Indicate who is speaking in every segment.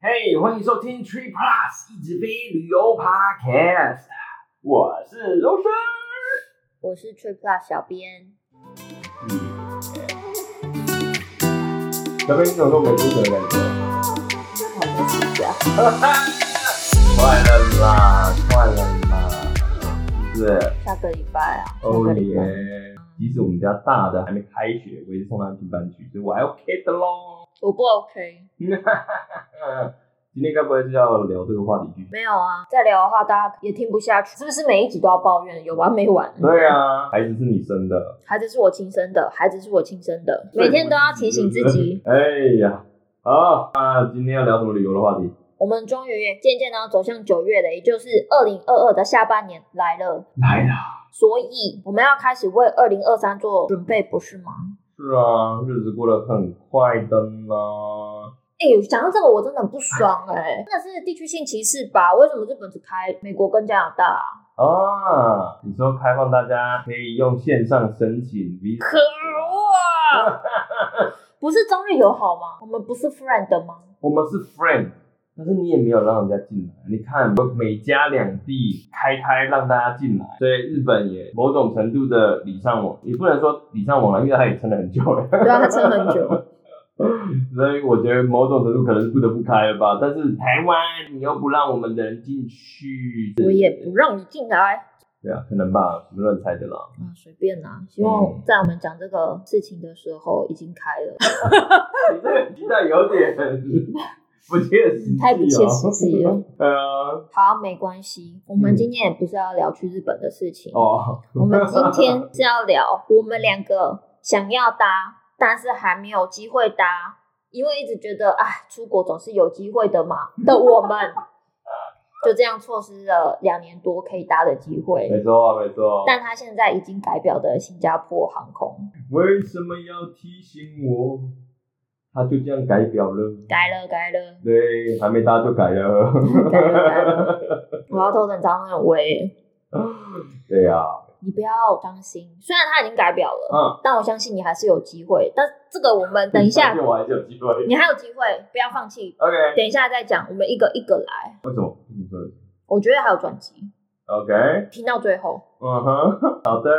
Speaker 1: 嘿欢迎收听 Tree Plus 一直飞旅游 Podcast，我是柔生。
Speaker 2: 我是 Trip Plus 小编，
Speaker 3: 小飞，你有做美术的感觉？
Speaker 2: 好的是这样。
Speaker 1: 快乐啦，快乐啦，是
Speaker 2: 下个礼拜啊，下
Speaker 3: 哦
Speaker 2: 个礼拜。
Speaker 3: 耶！即使我们家大的还没开学，我也是送他去班去，所以我还 OK 的喽。
Speaker 2: 我不 OK，
Speaker 3: 嗯今天该不会是要聊这个话题去？
Speaker 2: 没有啊。再聊的话，大家也听不下去，是不是每一集都要抱怨有完没完？
Speaker 3: 对啊，孩子是你生的，
Speaker 2: 孩子是我亲生的，孩子是我亲生的，
Speaker 3: 对
Speaker 2: 每天都要提醒自己。
Speaker 3: 哎呀，好，那今天要聊什么旅游的话题？
Speaker 2: 我们终于渐渐的走向九月了，也就是二零二二的下半年来了，
Speaker 3: 来啦！
Speaker 2: 所以我们要开始为二零二三做准备，不是吗？
Speaker 3: 是啊，日子过得很快的啦。
Speaker 2: 哎、呦，想到这个我真的很不爽哎、真的是地区性歧视吧？为什么日本只开美国跟加拿大、啊？
Speaker 3: 啊，你说开放大家可以用线上申请 visa？
Speaker 2: 可恶啊！不是中日友好吗？我们不是 friend 吗？
Speaker 3: 我们是 friend，但是你也没有让人家进来。你看，美加两地开开让大家进来，所以日本也某种程度的礼尚往，也不能说礼尚往来，因为他也撑了很久了。
Speaker 2: 对啊，他撑很久。
Speaker 3: 所以我觉得某种程度可能是不得不开了吧。但是台湾你又不让我们的人进去，
Speaker 2: 我也不让你进来。
Speaker 3: 对啊，可能吧，什么乱猜的啦。
Speaker 2: 啊，随便啦、希望在我们讲这个事情的时候已经开了，
Speaker 3: 你这个期待有点不切实际、哦，
Speaker 2: 太不切实际了。
Speaker 3: 对啊，
Speaker 2: 好，没关系，我们今天也不是要聊去日本的事情，
Speaker 3: 哦，
Speaker 2: 我们今天是要聊我们两个想要搭，但是还没有机会搭，因为一直觉得哎，出国总是有机会的 嘛的我们，就这样错失了两年多可以搭的机
Speaker 3: 没
Speaker 2: 会。
Speaker 3: 错啊，没错。
Speaker 2: 但他现在已经改表的新加坡航空
Speaker 3: 为什么要提醒我？他就这样改表了，
Speaker 2: 改了改了
Speaker 3: 对，还没搭就改了。
Speaker 2: 改了改了，我要头等舱那位，
Speaker 3: 对啊呀、
Speaker 2: 你不要伤心，虽然他已经改表了，
Speaker 3: 嗯，
Speaker 2: 但我相信你还是有机会。但这个我们等一下
Speaker 3: 相信，我嗯还是有机会。
Speaker 2: 你还有机会，不要放弃。
Speaker 3: OK，
Speaker 2: 等一下再讲，我们一个一个来。
Speaker 3: 为什么？你说的
Speaker 2: 我觉得还有转机，
Speaker 3: OK，
Speaker 2: 听到最后。
Speaker 3: 嗯哼，好的。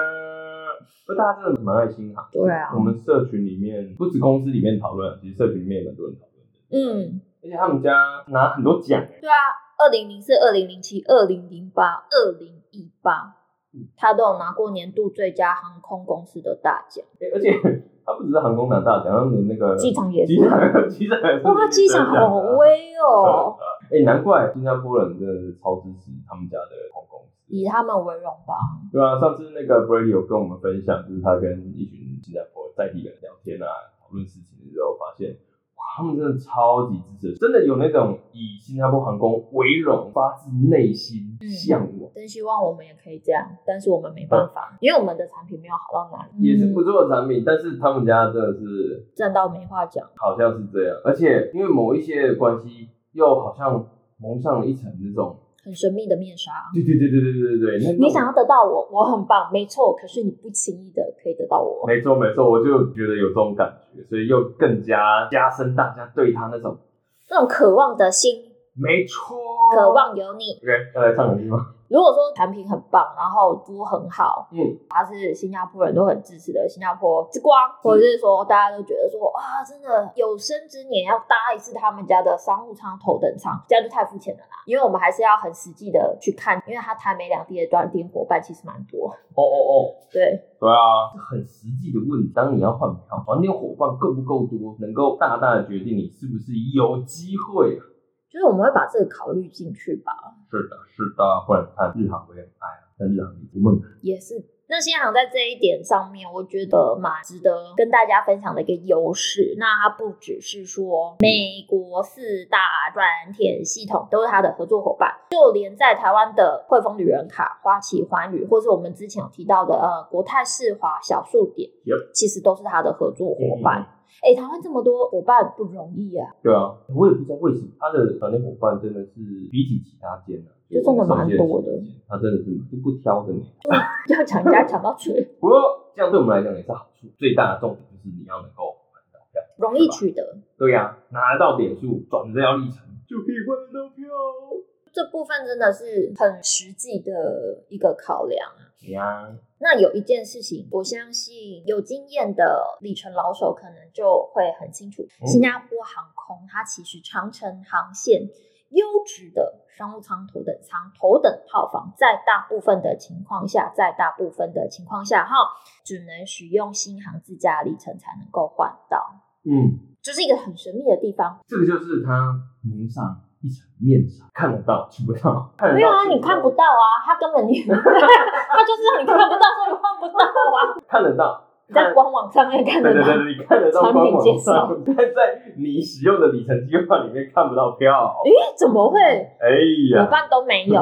Speaker 3: 不，大家真的蛮爱心哈。
Speaker 2: 对啊
Speaker 3: 我们社群里面，不止公司里面讨论，其实社群里面也蛮多人讨论的。
Speaker 2: 嗯，
Speaker 3: 而且他们家拿很多奖哎，
Speaker 2: 对啊，二零零四、二零零七、二零零八、二零一八，
Speaker 3: 嗯
Speaker 2: 他都有拿过年度最佳航空公司的大奖。
Speaker 3: 哎而且 他不只是航空拿大奖，他们连那个
Speaker 2: 机场也是
Speaker 3: 机场，机场也是
Speaker 2: 哇，机场好
Speaker 3: 威。
Speaker 2: 威哦！
Speaker 3: 哎、难怪新加坡人真的是超支持他们家的航空公司。
Speaker 2: 以他们为荣吧。
Speaker 3: 对啊，上次那个 Brady 有跟我们分享，就是他跟一群新加坡在地人聊天啊，讨论事情的时候，发现哇，他们真的超级支持，真的有那种以新加坡航空为荣，发自内心
Speaker 2: 嗯
Speaker 3: 向往，
Speaker 2: 真希望我们也可以这样，但是我们没办法，因为我们的产品没有好到哪里，
Speaker 3: 嗯
Speaker 2: 嗯
Speaker 3: 也是不错的产品。但是他们家真的是
Speaker 2: 赚到没话讲。
Speaker 3: 好像是这样，而且因为某一些关系，又好像蒙上了一层那种，
Speaker 2: 很神秘的面纱，
Speaker 3: 对对对对对对对对，那种
Speaker 2: 你想要得到我，我很棒，没错。可是你不轻易的可以得到我，
Speaker 3: 没错没错，我就觉得有这种感觉，所以又更加加深大家对他那种
Speaker 2: 那种渴望的心，
Speaker 3: 没错，
Speaker 2: 渴。望有你。
Speaker 3: OK，要来唱两句吗？
Speaker 2: 如果说产品很棒，然后服务很好，
Speaker 3: 嗯，
Speaker 2: 它是新加坡人都很支持的新加坡之光，或者是说大家都觉得说啊，真的有生之年要搭一次他们家的商务舱、头等舱，这样就太肤浅了啦。因为我们还是要很实际的去看，因为它台美两地的端点伙伴其实蛮多，
Speaker 3: 哦哦哦，
Speaker 2: 对，
Speaker 3: 对啊，这很实际的问题。当你要换票，团队伙伴够不够多，能够大大的决定你是不是有机会、啊。
Speaker 2: 就是我们会把这个考虑进去吧。
Speaker 3: 是的，是的，不然你看日航我也很爱啊，但日航你不梦。
Speaker 2: 也是。那新航在这一点上面，我觉得蛮值得跟大家分享的一个优势。那它不只是说美国四大软体系统都是它的合作伙伴，就连在台湾的汇丰旅人卡、花旗环宇，或是我们之前有提到的呃国泰世华、小数点
Speaker 3: Yep
Speaker 2: 其实都是它的合作伙伴。哎、台湾这么多伙伴不容易啊，
Speaker 3: 对啊，我也不知道为什么他的团队伙伴真的是比起其他间啊，
Speaker 2: 就真的蛮多的
Speaker 3: 首先是，他真的是蛮不挑的呢。
Speaker 2: 要讲人家讲到嘴，
Speaker 3: 不过这样对我们来讲也是好处，最大的重点就是你要能够买到票，啊
Speaker 2: 容易取得。
Speaker 3: 对呀、拿得到点数，转得了里程，就可以换得到票。
Speaker 2: 这部分真的是很实际的一个考量。
Speaker 3: 呀，
Speaker 2: 那有一件事情，我相信有经验的里程老手可能就会很清楚，
Speaker 3: 嗯
Speaker 2: 新加坡航空它其实长城航线优质的商务舱、头等舱、头等套房，在大部分的情况下，在大部分的情况下哈，只能使用新航自家里程才能够换到，
Speaker 3: 嗯，
Speaker 2: 这是一个很神秘的地方。
Speaker 3: 这个就是它蒙上一层面纱，看得到吃不到，看得到
Speaker 2: 没有啊，
Speaker 3: 吃
Speaker 2: 你看不到啊，它根本你， 它就是让你看不到，所以你换不到啊，
Speaker 3: 看得到，
Speaker 2: 在
Speaker 3: 看
Speaker 2: 官网上面看
Speaker 3: 对
Speaker 2: 得
Speaker 3: 对
Speaker 2: 到。
Speaker 3: 对，你看得到
Speaker 2: 产品
Speaker 3: 官网
Speaker 2: 介绍
Speaker 3: 上，但在你使用的里程计划里面看不到票。
Speaker 2: 诶，怎么会？
Speaker 3: 哎
Speaker 2: 伙
Speaker 3: 呀，
Speaker 2: 伴都没有，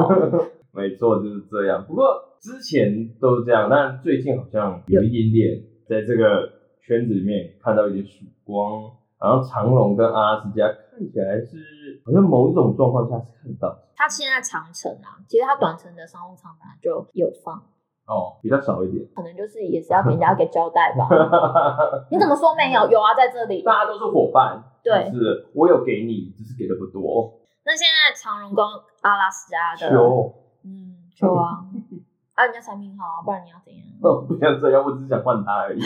Speaker 3: 没错，就是这样。不过之前都这样，但最近好像有一点点在这个圈子里面看到一点曙光。然后长隆跟阿拉斯加看起来是好像某一种状况下是看得到
Speaker 2: 它现在长城啊，其实它短程的商务舱本来就有放，
Speaker 3: 哦，比较少一点。
Speaker 2: 可能就是也是要给人家一个交代吧。你怎么说没有？有啊，在这 里。
Speaker 3: 大家都是伙伴，
Speaker 2: 对
Speaker 3: 是我有给你，只是给的不多。
Speaker 2: 那现在长荣跟阿拉斯加的，
Speaker 3: 求，
Speaker 2: 嗯，秋啊，啊，人家产品好啊，不然你要怎样？
Speaker 3: 不想这样，我只是想换他 而已。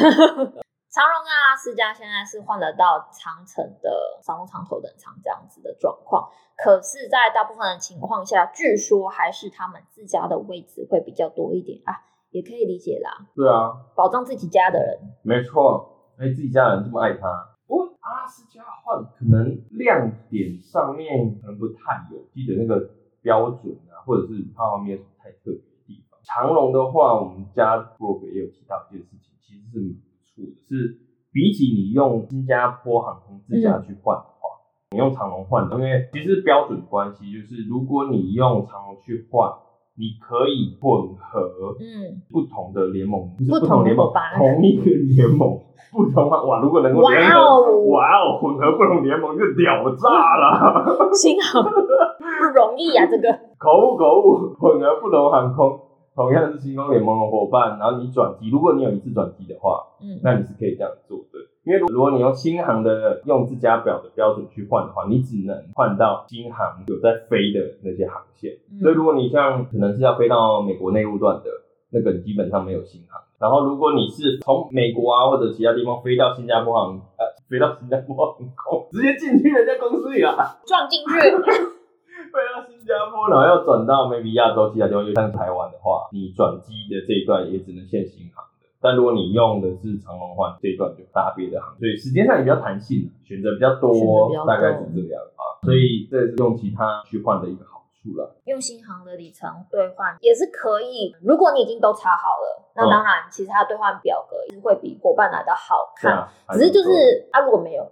Speaker 2: 长荣跟阿拉斯加现在是换得到长城的商务舱、头等舱这样子的状况，可是，在大部分的情况下，据说还是他们自家的位置会比较多一点啊，也可以理解啦，
Speaker 3: 对啊，
Speaker 2: 保障自己家的人。
Speaker 3: 没错，哎，自己家人这么爱他。不过阿拉斯加换可能亮点上面可能不太有，记得那个标准啊，或者是它好像没有什么太特别的地方。长隆的话，我们家 blog 也有提到一件事情，其实是蛮不错的，是比起你用新加坡航空自驾去换的话，你用长隆换的，因为其实标准关系就是，如果你用长隆去换，你可以混合
Speaker 2: 嗯，
Speaker 3: 不同的联盟，不是
Speaker 2: 不
Speaker 3: 不同
Speaker 2: 同的
Speaker 3: 联盟
Speaker 2: 伙，伴
Speaker 3: 同一个联盟， 不同啊！哇，如果能够
Speaker 2: 哇
Speaker 3: 联
Speaker 2: 哦
Speaker 3: 合，哇哦，混合不同联盟就屌炸了！
Speaker 2: 幸好不容易啊，这个
Speaker 3: 口误口误，混合不同航空，同样是星空联盟的伙伴，然后你转机，如果你有一次转机的话，
Speaker 2: 嗯，
Speaker 3: 那你是可以这样做的。因为如果你用新航的用自家表的标准去换的话，你只能换到新航有在飞的那些航线。
Speaker 2: 嗯
Speaker 3: 所以如果你像可能是要飞到美国内陆段的，那个基本上没有新航。然后如果你是从美国啊或者其他地方飞到新加坡航，呃， 飞到新加坡航空， 直接进去人家公司里啊，
Speaker 2: 撞进去，
Speaker 3: 飞到新加坡，然后要转到 maybe 亚洲其他地方，就像台湾的话，你转机的这一段也只能限新航的。但如果你用的是长龙换这一段就搭别的航，所以时间上也比较弹性，啊选择比较多，
Speaker 2: 选择比较多
Speaker 3: 大概是这样啊。所以这是用其他去换的一个好处啦。
Speaker 2: 用新航的里程兑换也是可以。如果你已经都查好了，
Speaker 3: 嗯
Speaker 2: 那当然，其实它的兑换表格也是会比伙伴来的好
Speaker 3: 对
Speaker 2: 看。
Speaker 3: 啊，还
Speaker 2: 只是就
Speaker 3: 不错
Speaker 2: 是啊，如果没有，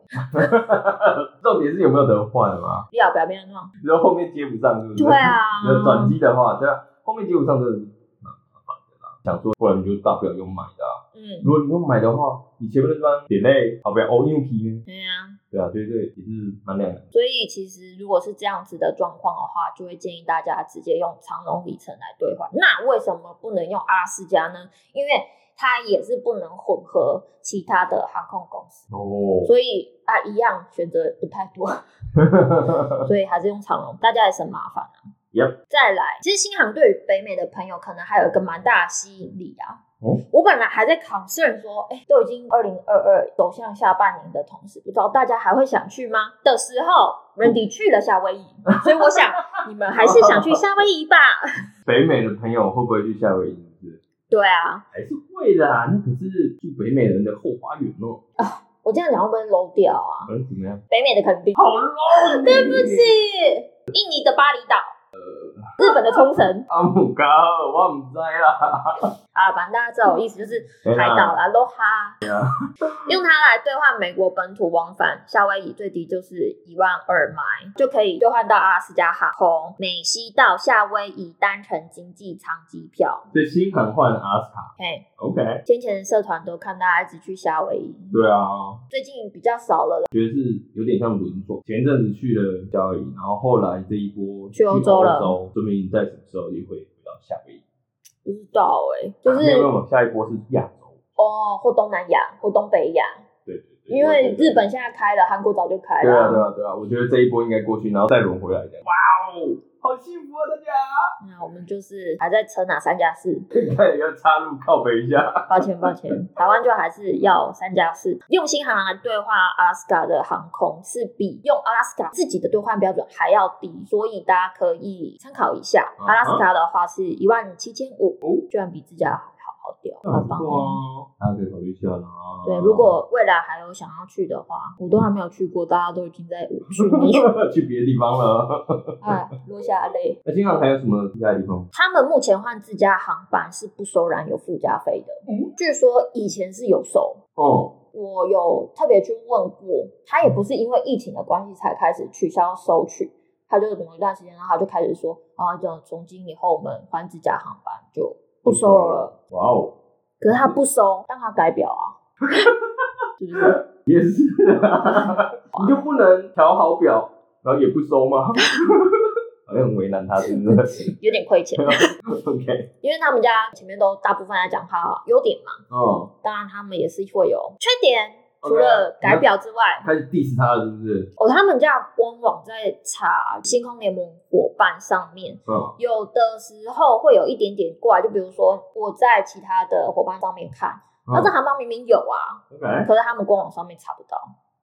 Speaker 3: 重点是有没有得换嘛？
Speaker 2: 要表面弄，
Speaker 3: 然后后面接不上，是不是？
Speaker 2: 对啊
Speaker 3: 那转机的话，对啊，后面接不上真的是蛮麻烦的啦。想说，不然你就大不了用买的啊。
Speaker 2: 嗯，
Speaker 3: 如果你用买的话，你前面那张点类，好不了欧牛皮呢？
Speaker 2: 对啊。
Speaker 3: 对啊，对对，也是蛮两难。
Speaker 2: 所以其实如果是这样子的状况的话，就会建议大家直接用长龙里程来兑换。那为什么不能用阿拉斯加呢？因为它也是不能混合其他的航空公司，
Speaker 3: 哦，
Speaker 2: 所以啊，一样选择不太多。所以还是用长龙，大家也省麻烦啊。
Speaker 3: 嗯 Yep
Speaker 2: 再来，其实新航对于北美的朋友可能还有一个蛮大的吸引力啊。
Speaker 3: 哦
Speaker 2: 我本来还在 concern 说，哎、都已经二零二二走向下半年的同时，不知道大家还会想去吗？的时候，Randy 去了夏威夷，所以我想你们还是想去夏威夷吧？
Speaker 3: 北美的朋友会不会去夏威夷？是不是？
Speaker 2: 对啊，
Speaker 3: 还是会的啊，那可是住北美人的后花园哦。
Speaker 2: 我这样讲会不会 low 掉啊？
Speaker 3: 嗯，怎么样？
Speaker 2: 北美的肯定，
Speaker 3: 好 low！
Speaker 2: 对不起，印尼的巴厘岛，日本的冲绳
Speaker 3: 阿姆高，我唔知啦。
Speaker 2: 啊，反正大家知道我意思就是海
Speaker 3: 啊
Speaker 2: 岛啦，罗哈， 用它来兑换美国本土往返夏威夷，最低就是一万二买，就可以兑换到阿拉斯加航空美西到夏威夷单程经济舱机票。
Speaker 3: 对，新航换阿斯卡
Speaker 2: 嘿，
Speaker 3: ，OK。
Speaker 2: 先前社团都看大家一直去夏威夷，
Speaker 3: 对啊，
Speaker 2: 最近比较少了啦。
Speaker 3: 觉得是有点像轮转。前一阵子去了夏威夷，然后后来这一波
Speaker 2: 去欧洲了
Speaker 3: 欧洲说明在什么时候也会回到夏威夷。
Speaker 2: 不知道哎、就
Speaker 3: 啊没有没
Speaker 2: 是
Speaker 3: 有，下一波是亚洲。
Speaker 2: 哦，或东南亚，或东北亚，
Speaker 3: 对对对
Speaker 2: 因为日本现在开了，韩国早就开
Speaker 3: 对
Speaker 2: 了
Speaker 3: 啊
Speaker 2: 啊。
Speaker 3: 对啊对啊，我觉得这一波应该过去，然后再轮回来这样。
Speaker 1: 哦，好幸福啊，大家！
Speaker 2: 那我们就是还在撑啊哪三加四？
Speaker 3: 看要插入靠北一下，
Speaker 2: 抱歉抱歉，台湾就还是要三加四。用新航来兑换阿拉斯加的航空是比用阿拉斯加自己的兑换标准还要低，所以大家可以参考一下。
Speaker 3: 嗯哼
Speaker 2: 阿拉斯加的话是一万七千五，居然比自家好好屌，好棒哦！
Speaker 3: 哦， 大家可以考虑一下啦。
Speaker 2: 对，如果未来还有想要去的话，我都还没有去过，大家都已经在去 你，
Speaker 3: 去别的地方了，
Speaker 2: 哎，落下泪。
Speaker 3: 那新航还有什么其他地方？
Speaker 2: 他们目前换自家航班是不收燃油附加费的，
Speaker 3: 嗯
Speaker 2: 据说以前是有收，
Speaker 3: 哦，
Speaker 2: 我有特别去问过，他也不是因为疫情的关系才开始取消收取，他就是某一段时间，然后他就开始说啊，就从今以后我们换自家航班就不收了。。
Speaker 3: 哇哦，
Speaker 2: 可是他不收，让他改表啊， 是不是？
Speaker 3: 也是啊，你就不能调好表，然后也不收 吗？好像很为难他，是不是
Speaker 2: 有点亏钱，
Speaker 3: ？OK，
Speaker 2: 因为他们家前面都大部分在讲他优点嘛，
Speaker 3: 哦，
Speaker 2: 当然他们也是会有缺点，
Speaker 3: OK
Speaker 2: 除了改表之外，
Speaker 3: 开始 diss 他了，是不是？
Speaker 2: 哦，他们家的官网在查星空联盟伙伴上面
Speaker 3: 嗯，
Speaker 2: 有的时候会有一点点怪，就比如说我在其他的伙伴上面看，那这
Speaker 3: 嗯
Speaker 2: 航班明明有啊，
Speaker 3: OK，
Speaker 2: 可是他们官网上面查不到。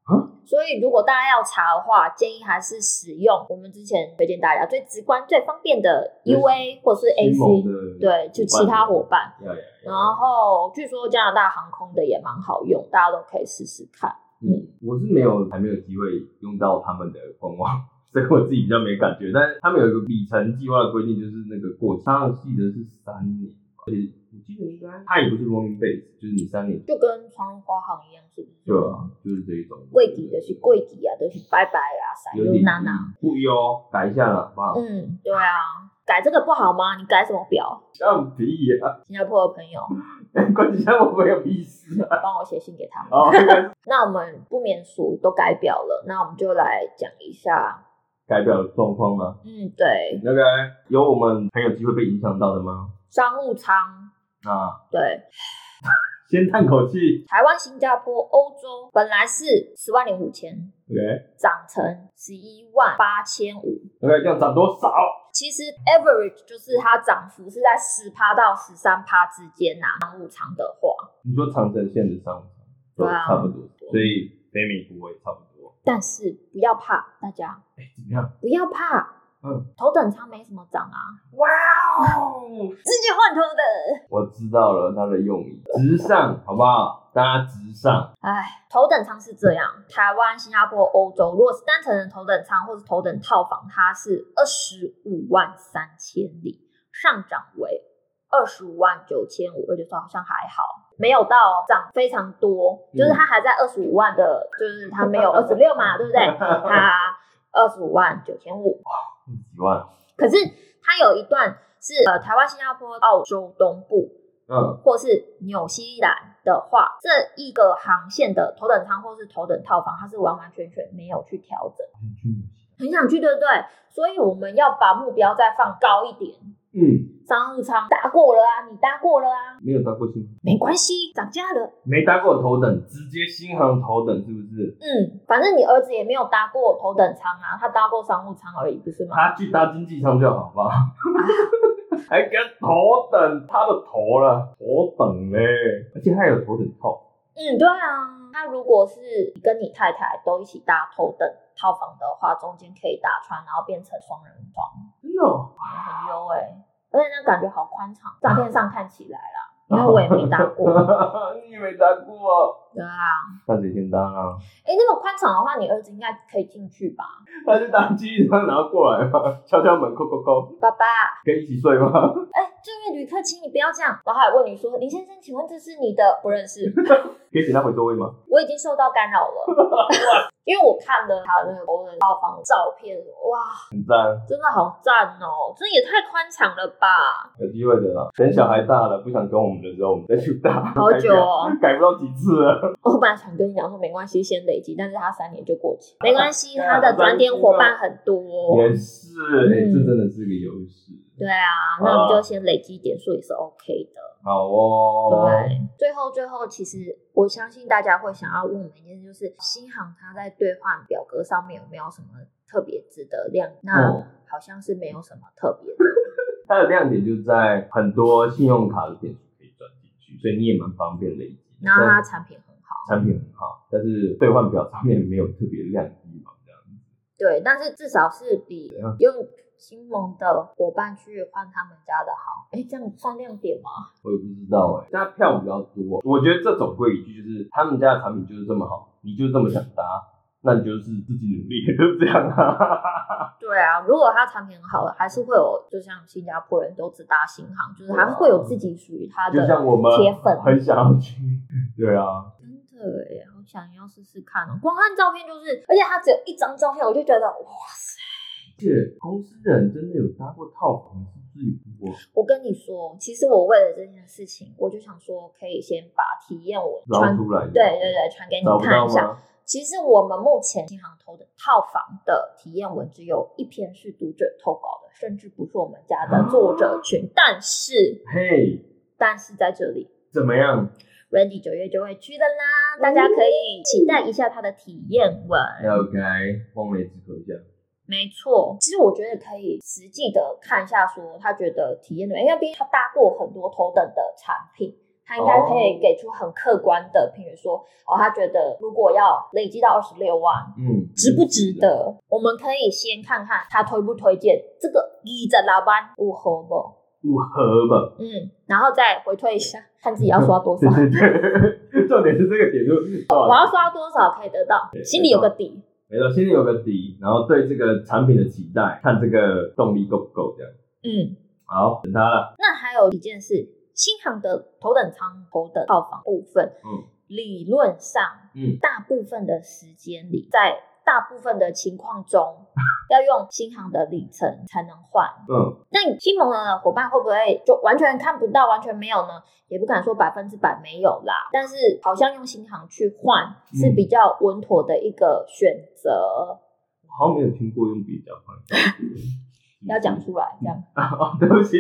Speaker 3: 嗯
Speaker 2: 所以如果大家要查的话，建议还是使用我们之前推荐大家最直观、最方便的
Speaker 3: 嗯
Speaker 2: UA 或是
Speaker 3: 新盟
Speaker 2: AC，
Speaker 3: 的嗯
Speaker 2: 对，就其他伙伴。
Speaker 3: 要呀，
Speaker 2: 然后据说加拿大航空的也蛮好用，大家都可以试试看。
Speaker 3: 嗯，我是没有还没有机会用到他们的官网， 所以我自己比较没感觉。但是他们有一个里程计划的规定，就是那个过期，好像记得是三年吧，而且我记得应该它也不是 rolling base，就是你三年
Speaker 2: 就跟长荣华航一样，是不是？
Speaker 3: 对啊，就是这一种。
Speaker 2: 贵底的是贵底啊，都、就是拜拜啊，塞
Speaker 3: 有
Speaker 2: 尤
Speaker 3: 点
Speaker 2: 娜娜。
Speaker 3: 不哟，改一下了，吧，
Speaker 2: 嗯，对啊，改这个不好吗？你改什么表？
Speaker 3: 像屁啊！
Speaker 2: 新加坡的朋友，
Speaker 3: 嗯哎关键像我没有意思啊。
Speaker 2: 帮我写信给他们。
Speaker 3: 哦，
Speaker 2: 那我们不免俗都改表了，那我们就来讲一下。
Speaker 3: 改表的状况吗？
Speaker 2: 嗯，对，
Speaker 3: 那个有我们很有机会被影响到的吗？
Speaker 2: 商务舱，
Speaker 3: 啊，
Speaker 2: 对，
Speaker 3: 先叹口气。
Speaker 2: 台湾、新加坡、欧洲本来是十万零五千，
Speaker 3: OK，OK，、
Speaker 2: 涨成十一万八千五。
Speaker 3: 这样涨多少？
Speaker 2: 其实 average 就是它涨幅是在十趴到十三趴之间呐、商务舱的话，
Speaker 3: 你说长城线的上都
Speaker 2: 对啊
Speaker 3: 差不多，所以北美国也差不多。哎
Speaker 2: 但是不要怕，大家
Speaker 3: 怎么样？
Speaker 2: 不要怕，
Speaker 3: 嗯，
Speaker 2: 头等舱没什么涨啊，
Speaker 1: 哇哦，
Speaker 2: 直接换头的。
Speaker 3: 我知道了它的用意，直上好不好？大家直上，
Speaker 2: 唉，头等舱是这样，台湾、新加坡、欧洲，如果是单程的头等舱或是头等套房，它是二十五万三千里，上涨为二十五万九千五，我觉得好像还好，没有到涨非常多，就是它还在二十五万的，就是它没有二十六嘛，对不对？它二十五万九千五，
Speaker 3: 几万？
Speaker 2: 可是它有一段是呃台湾、新加坡、澳洲东部，
Speaker 3: 嗯，
Speaker 2: 或是纽西兰的话，这一个航线的头等舱或是头等套房，它是完完全全没有去调整。很想去，对不对？所以我们要把目标再放高一点。
Speaker 3: 嗯，
Speaker 2: 商务舱搭过了啊，你搭过了啊，
Speaker 3: 没有搭过新，
Speaker 2: 没关系，涨价了。
Speaker 3: 没搭过头等，直接新航头等是不是？
Speaker 2: 嗯，反正你儿子也没有搭过头等舱啊，他搭过商务舱而已，不是吗？
Speaker 3: 他去搭经济舱就好吧？ 还跟头等，他的头了，头等嘞，而且他有头等套，
Speaker 2: 嗯，对啊。那如果是你跟你太太都一起搭头等套房的话，中间可以打穿，然后变成双人床。
Speaker 3: 真的哦、
Speaker 2: 很优哎、而且那感觉好宽敞，照片上看起来啦，因为我也没搭 过。
Speaker 3: 你也没搭过啊、
Speaker 2: 对啊，
Speaker 3: 那谁先搭啊？
Speaker 2: 哎、那么宽敞的话，你儿子应该可以进去吧？
Speaker 3: 他就搭机器然后过来嘛，敲敲门，扣扣扣，
Speaker 2: 爸爸，
Speaker 3: 可以一起睡吗？
Speaker 2: 哎、这位旅客，请你不要这样。然后还问你说，林先生，请问这是你的？不认识，
Speaker 3: 可以请他回座位吗？
Speaker 2: 我已经受到干 扰了。因为我看了他的头人套房照片，哇，
Speaker 3: 很赞，
Speaker 2: 真的好赞哦！这也太宽敞了吧！
Speaker 3: 有机会的啦。等小孩大了，不想跟我们的时候，我们再去搭。
Speaker 2: 好久哦，
Speaker 3: 改不到几次了。
Speaker 2: 我本来想跟你讲说没关系，先累积，但是他三年就过期，啊没关 系，他的转点伙伴很多。
Speaker 3: 也是，哎、
Speaker 2: 哦嗯
Speaker 3: 这真的是个优势。啊
Speaker 2: 对啊，那我们就先累积点数也是 OK 的。
Speaker 3: 好哦，
Speaker 2: 对，最后最后，其实我相信大家会想要问我们一件事，就是新航它在兑换表格上面有没有什么特别值得亮？那
Speaker 3: 哦
Speaker 2: 好像是没有什么特别的，
Speaker 3: 它的亮点就在很多信用卡的点数可以转进去，所以你也蛮方便累积。
Speaker 2: 然后它
Speaker 3: 但
Speaker 2: 产品很好，
Speaker 3: 产品很好，但是兑换表上面没有特别亮的地方，这样子。
Speaker 2: 对，但是至少是比用新盟的伙伴去换他们家的好。哎，这样算亮点吗？
Speaker 3: 我也不知道哎、欸，但它票比较多，我觉得这总归一句就是他们家的产品就是这么好，你就是这么想搭，那你就是自己努力， 就是这样啊。
Speaker 2: 对啊，如果它产品很好，还是会有，就像新加坡人都只搭新航，就是
Speaker 3: 对啊
Speaker 2: 它会有自己属于它
Speaker 3: 就
Speaker 2: 的。
Speaker 3: 像我们
Speaker 2: 铁粉
Speaker 3: 很想要去，对啊，
Speaker 2: 真的耶，好想要试试看哦！光看照片就是，而且它只有一张照片，我就觉得哇塞！
Speaker 3: 而且公司人真的有搭过套房，是不是有过
Speaker 2: 我跟你说，其实我为了这件事情，我就想说，可以先把体验我
Speaker 3: 捞
Speaker 2: 传，
Speaker 3: 出来的？
Speaker 2: 对对对，传给你
Speaker 3: 找不
Speaker 2: 看
Speaker 3: 到
Speaker 2: 一下。
Speaker 3: 吗？
Speaker 2: 其实我们目前新航投的套房的体验文只有一篇是读者投稿的，甚至不是我们家的作者群。但是，
Speaker 3: 嘿，
Speaker 2: 但是在这里
Speaker 3: 怎么样？
Speaker 2: ，Randy 九月就会去的啦，大家可以期待一下他的体验文。
Speaker 3: 要该望梅止渴一下。嗯
Speaker 2: 没错，其实我觉得可以实际的看一下，说他觉得体验的，因为毕竟他搭过很多头等的产品。他应该可以给出很客观的评语，说哦，他觉得如果要累积到二十六万，
Speaker 3: 嗯，
Speaker 2: 值不值？得？我们可以先看看他推不推荐这个一的老板五合不？
Speaker 3: 不合吧？
Speaker 2: 嗯，然后再回退一下，看自己要刷多
Speaker 3: 对
Speaker 2: 少，
Speaker 3: 对对， 重点是这个点就
Speaker 2: 我要刷多少可以得到，心里有个底。
Speaker 3: 没错，心里有个底，然后对这个产品的期待，看这个动力够不够这样。
Speaker 2: 嗯，
Speaker 3: 好，等他了。
Speaker 2: 那还有一件事，新航的头等舱、头等套房部分，
Speaker 3: 嗯
Speaker 2: 理论上
Speaker 3: 嗯，
Speaker 2: 大部分的时间里，在大部分的情 况中，要用新航的里程才能换。
Speaker 3: 嗯，
Speaker 2: 那新盟的伙伴会不会就完全看不到、完全没有呢？也不敢说百分之百没有啦，但是好像用新航去换
Speaker 3: 嗯
Speaker 2: 是比较稳妥的一个选择。
Speaker 3: 我好像没有听过用笔交换。 嗯
Speaker 2: 要讲出来，这样
Speaker 3: 哦，对不起，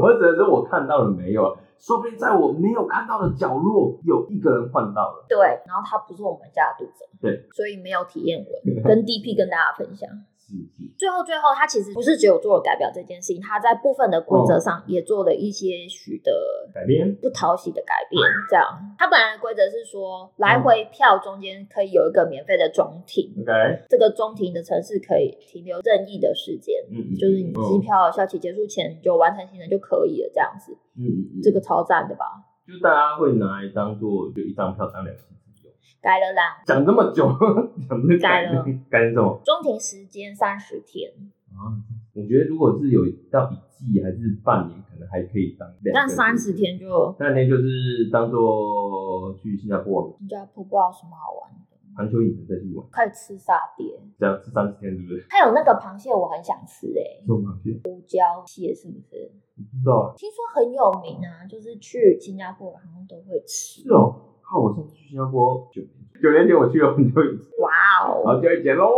Speaker 3: 我只能说我看到了没有，啊说不定在我没有看到的角落，有一个人换到了。
Speaker 2: 对。然后他不是我们家的读者，
Speaker 3: 对，
Speaker 2: 所以没有体 验文，跟 DP 跟大家分享。
Speaker 3: 是是，
Speaker 2: 最后，最后，他其实不是只有做了改表这件事情，他在部分的规
Speaker 3: 哦
Speaker 2: 则上也做了一些许的
Speaker 3: 改编。
Speaker 2: 不讨喜的改变。这样，他本来的规则是说，来
Speaker 3: 嗯
Speaker 2: 回票中间可以有一个免费的中庭，
Speaker 3: OK，
Speaker 2: 这个中庭的城市可以停留任意的时间，
Speaker 3: 嗯嗯，
Speaker 2: 就是你机
Speaker 3: 嗯
Speaker 2: 票效期结束前你就完成行程就可以了，这样子，
Speaker 3: 嗯嗯，嗯
Speaker 2: 这个超赞的吧？
Speaker 3: 就大家会拿来当做就一张票当两次使用。
Speaker 2: 改了啦，
Speaker 3: 讲这么久， 讲这
Speaker 2: 改了
Speaker 3: 改成什么？
Speaker 2: 中庭时间三十天，
Speaker 3: 啊，我觉得如果是有到一季还是半年，可能还可以当两。
Speaker 2: 但三十，天就
Speaker 3: 三十天就是当做去新加坡玩
Speaker 2: 新加坡不知道有什么好玩的，
Speaker 3: 环球影城再去玩，
Speaker 2: 可以吃沙爹，
Speaker 3: 这样是三十天，对不对？
Speaker 2: 还有那个螃蟹我很想吃诶、
Speaker 3: 送上去，
Speaker 2: 胡椒蟹是不是？
Speaker 3: 不知道啊。
Speaker 2: 听说很有名啊，就是去新加坡好像都会吃
Speaker 3: 是。哦，靠！我上次去新加坡九年前，九年前我去了很久以前，
Speaker 2: 哇哦！
Speaker 3: 好久以前喽。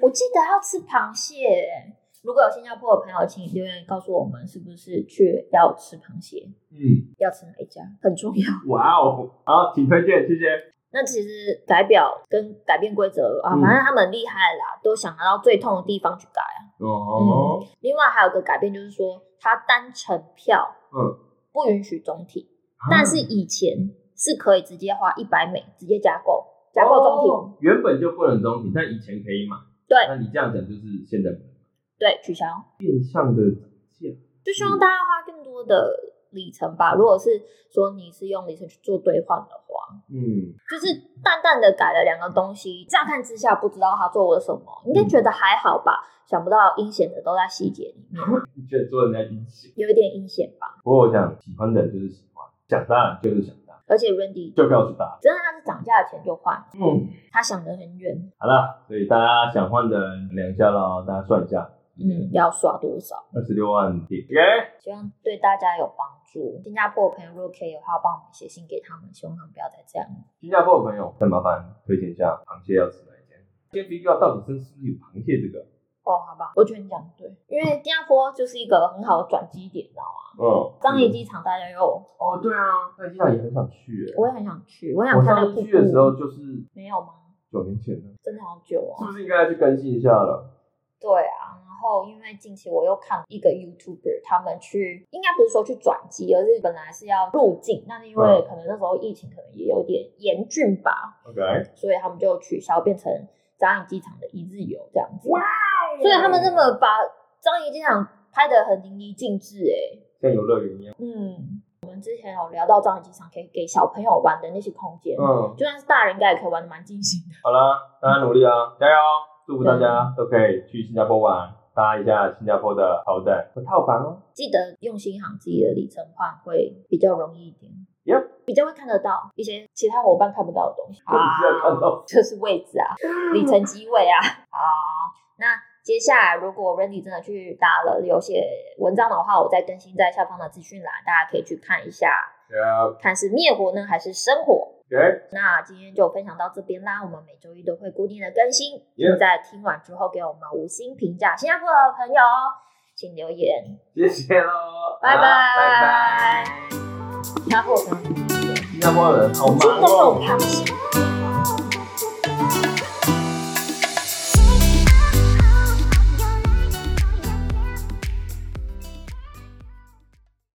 Speaker 2: 我记得要吃螃蟹欸。如果有新加坡的朋友，请留言告诉我们是不是去要吃螃蟹，
Speaker 3: 嗯，
Speaker 2: 要吃哪一家很重要。
Speaker 3: 哇哦，好，请推荐，谢谢。
Speaker 2: 那其实改表跟改变规则啊，
Speaker 3: 嗯
Speaker 2: 反正他们很厉害啦，都想拿到最痛的地方去改啊。
Speaker 3: 哦，
Speaker 2: 另外还有个改变就是说，它单程票
Speaker 3: 嗯，
Speaker 2: 不允许中体，但是以前是可以直接花一百美直接加购加购中体，
Speaker 3: 哦原本就不能中庭，但以前可以买。
Speaker 2: 对
Speaker 3: 那你这样讲就是现在不能买
Speaker 2: 对，取消。
Speaker 3: 变相的价。
Speaker 2: 就希望大家花更多的里程吧。如果是说你是用里程去做兑换的话，
Speaker 3: 嗯，
Speaker 2: 就是淡淡的改了两个东西，乍看之下不知道他做了什么，应该觉得还好吧？想不到阴险的都在细节里面，
Speaker 3: 你觉得做人家运气？
Speaker 2: 有一点阴险吧。
Speaker 3: 不过我想，喜欢的人就是喜欢，想搭就是想搭，
Speaker 2: 而且 Randy
Speaker 3: 就不要去搭。
Speaker 2: 真的他是涨价前就换，
Speaker 3: 嗯，
Speaker 2: 他想得很远，
Speaker 3: 好了，所以大家想换的人量一下喽，大家算一下，
Speaker 2: 嗯，要刷多少？
Speaker 3: 二十六万点。OK。
Speaker 2: 希望对大家有帮助。新加坡的朋友如果可以的话，帮我们写信给他们，希望他们不要再这样。
Speaker 3: 新加坡的朋友，再麻烦推荐一下螃蟹要吃哪一间。先不要到底是不是有螃蟹这个，
Speaker 2: 哦，好吧，我觉得你讲得对，因为新加坡就是一个很好的转机点，你知道吗？
Speaker 3: 嗯，
Speaker 2: 樟宜机场大家又，
Speaker 3: 哦，对啊，在机场也很想去耶。
Speaker 2: 我也很想去，我
Speaker 3: 我
Speaker 2: 想看那
Speaker 3: 上
Speaker 2: 个
Speaker 3: 次
Speaker 2: 瀑
Speaker 3: 去的时候
Speaker 2: 布。
Speaker 3: 就是
Speaker 2: 没有吗？
Speaker 3: 九年前了，
Speaker 2: 真的好久
Speaker 3: 是不
Speaker 2: 哦。
Speaker 3: 是应该去更新一下了？
Speaker 2: 对啊，然后因为近期我又看一个 YouTuber，他们去，应该不是说去转机，而是本来是要入境，但是因为
Speaker 3: 嗯
Speaker 2: 可能那时候疫情可能也有点严峻吧，
Speaker 3: OK，
Speaker 2: 所以他们就取消，变成樟宜机场的一日游这样子。
Speaker 1: 哇
Speaker 2: 所以他们真的把樟宜机场拍得很淋漓尽致、欸，
Speaker 3: 像游乐园一样。
Speaker 2: 嗯，我们之前有聊到樟宜机场可以给小朋友玩的那些空间，
Speaker 3: 嗯，
Speaker 2: 就算是大人应该也可以玩的蛮尽兴的。
Speaker 3: 好啦，大家努力啊，加油！祝福大家都可以去新加坡玩，搭一下新加坡的豪宅和套房哦。
Speaker 2: 记得用新航自己的里程换会比较容易一点
Speaker 3: Yep
Speaker 2: 比较会看得到一些其他伙伴看不到的东 西
Speaker 3: 我只要看哦到
Speaker 2: 就是位 置啊，里程机位啊。好，那接下来如果 Randy 真的去打了有写文章的话，我再更新在下方的资讯栏，大家可以去看一下，
Speaker 3: Yeah，OK，、
Speaker 2: 看是灭火呢还是生火。那今天就分享到这边啦，我们每周一都会固定的更新，
Speaker 3: Yeah
Speaker 2: 请在听完之后给我们五星评价。新加坡的朋友哦，请留言。
Speaker 3: 谢谢喽，
Speaker 2: 拜
Speaker 3: 好拜拜。
Speaker 2: 拜。然后我们
Speaker 3: 新加坡人好
Speaker 2: 今
Speaker 3: 忙
Speaker 2: 天有
Speaker 3: 哦。
Speaker 2: 螃蟹。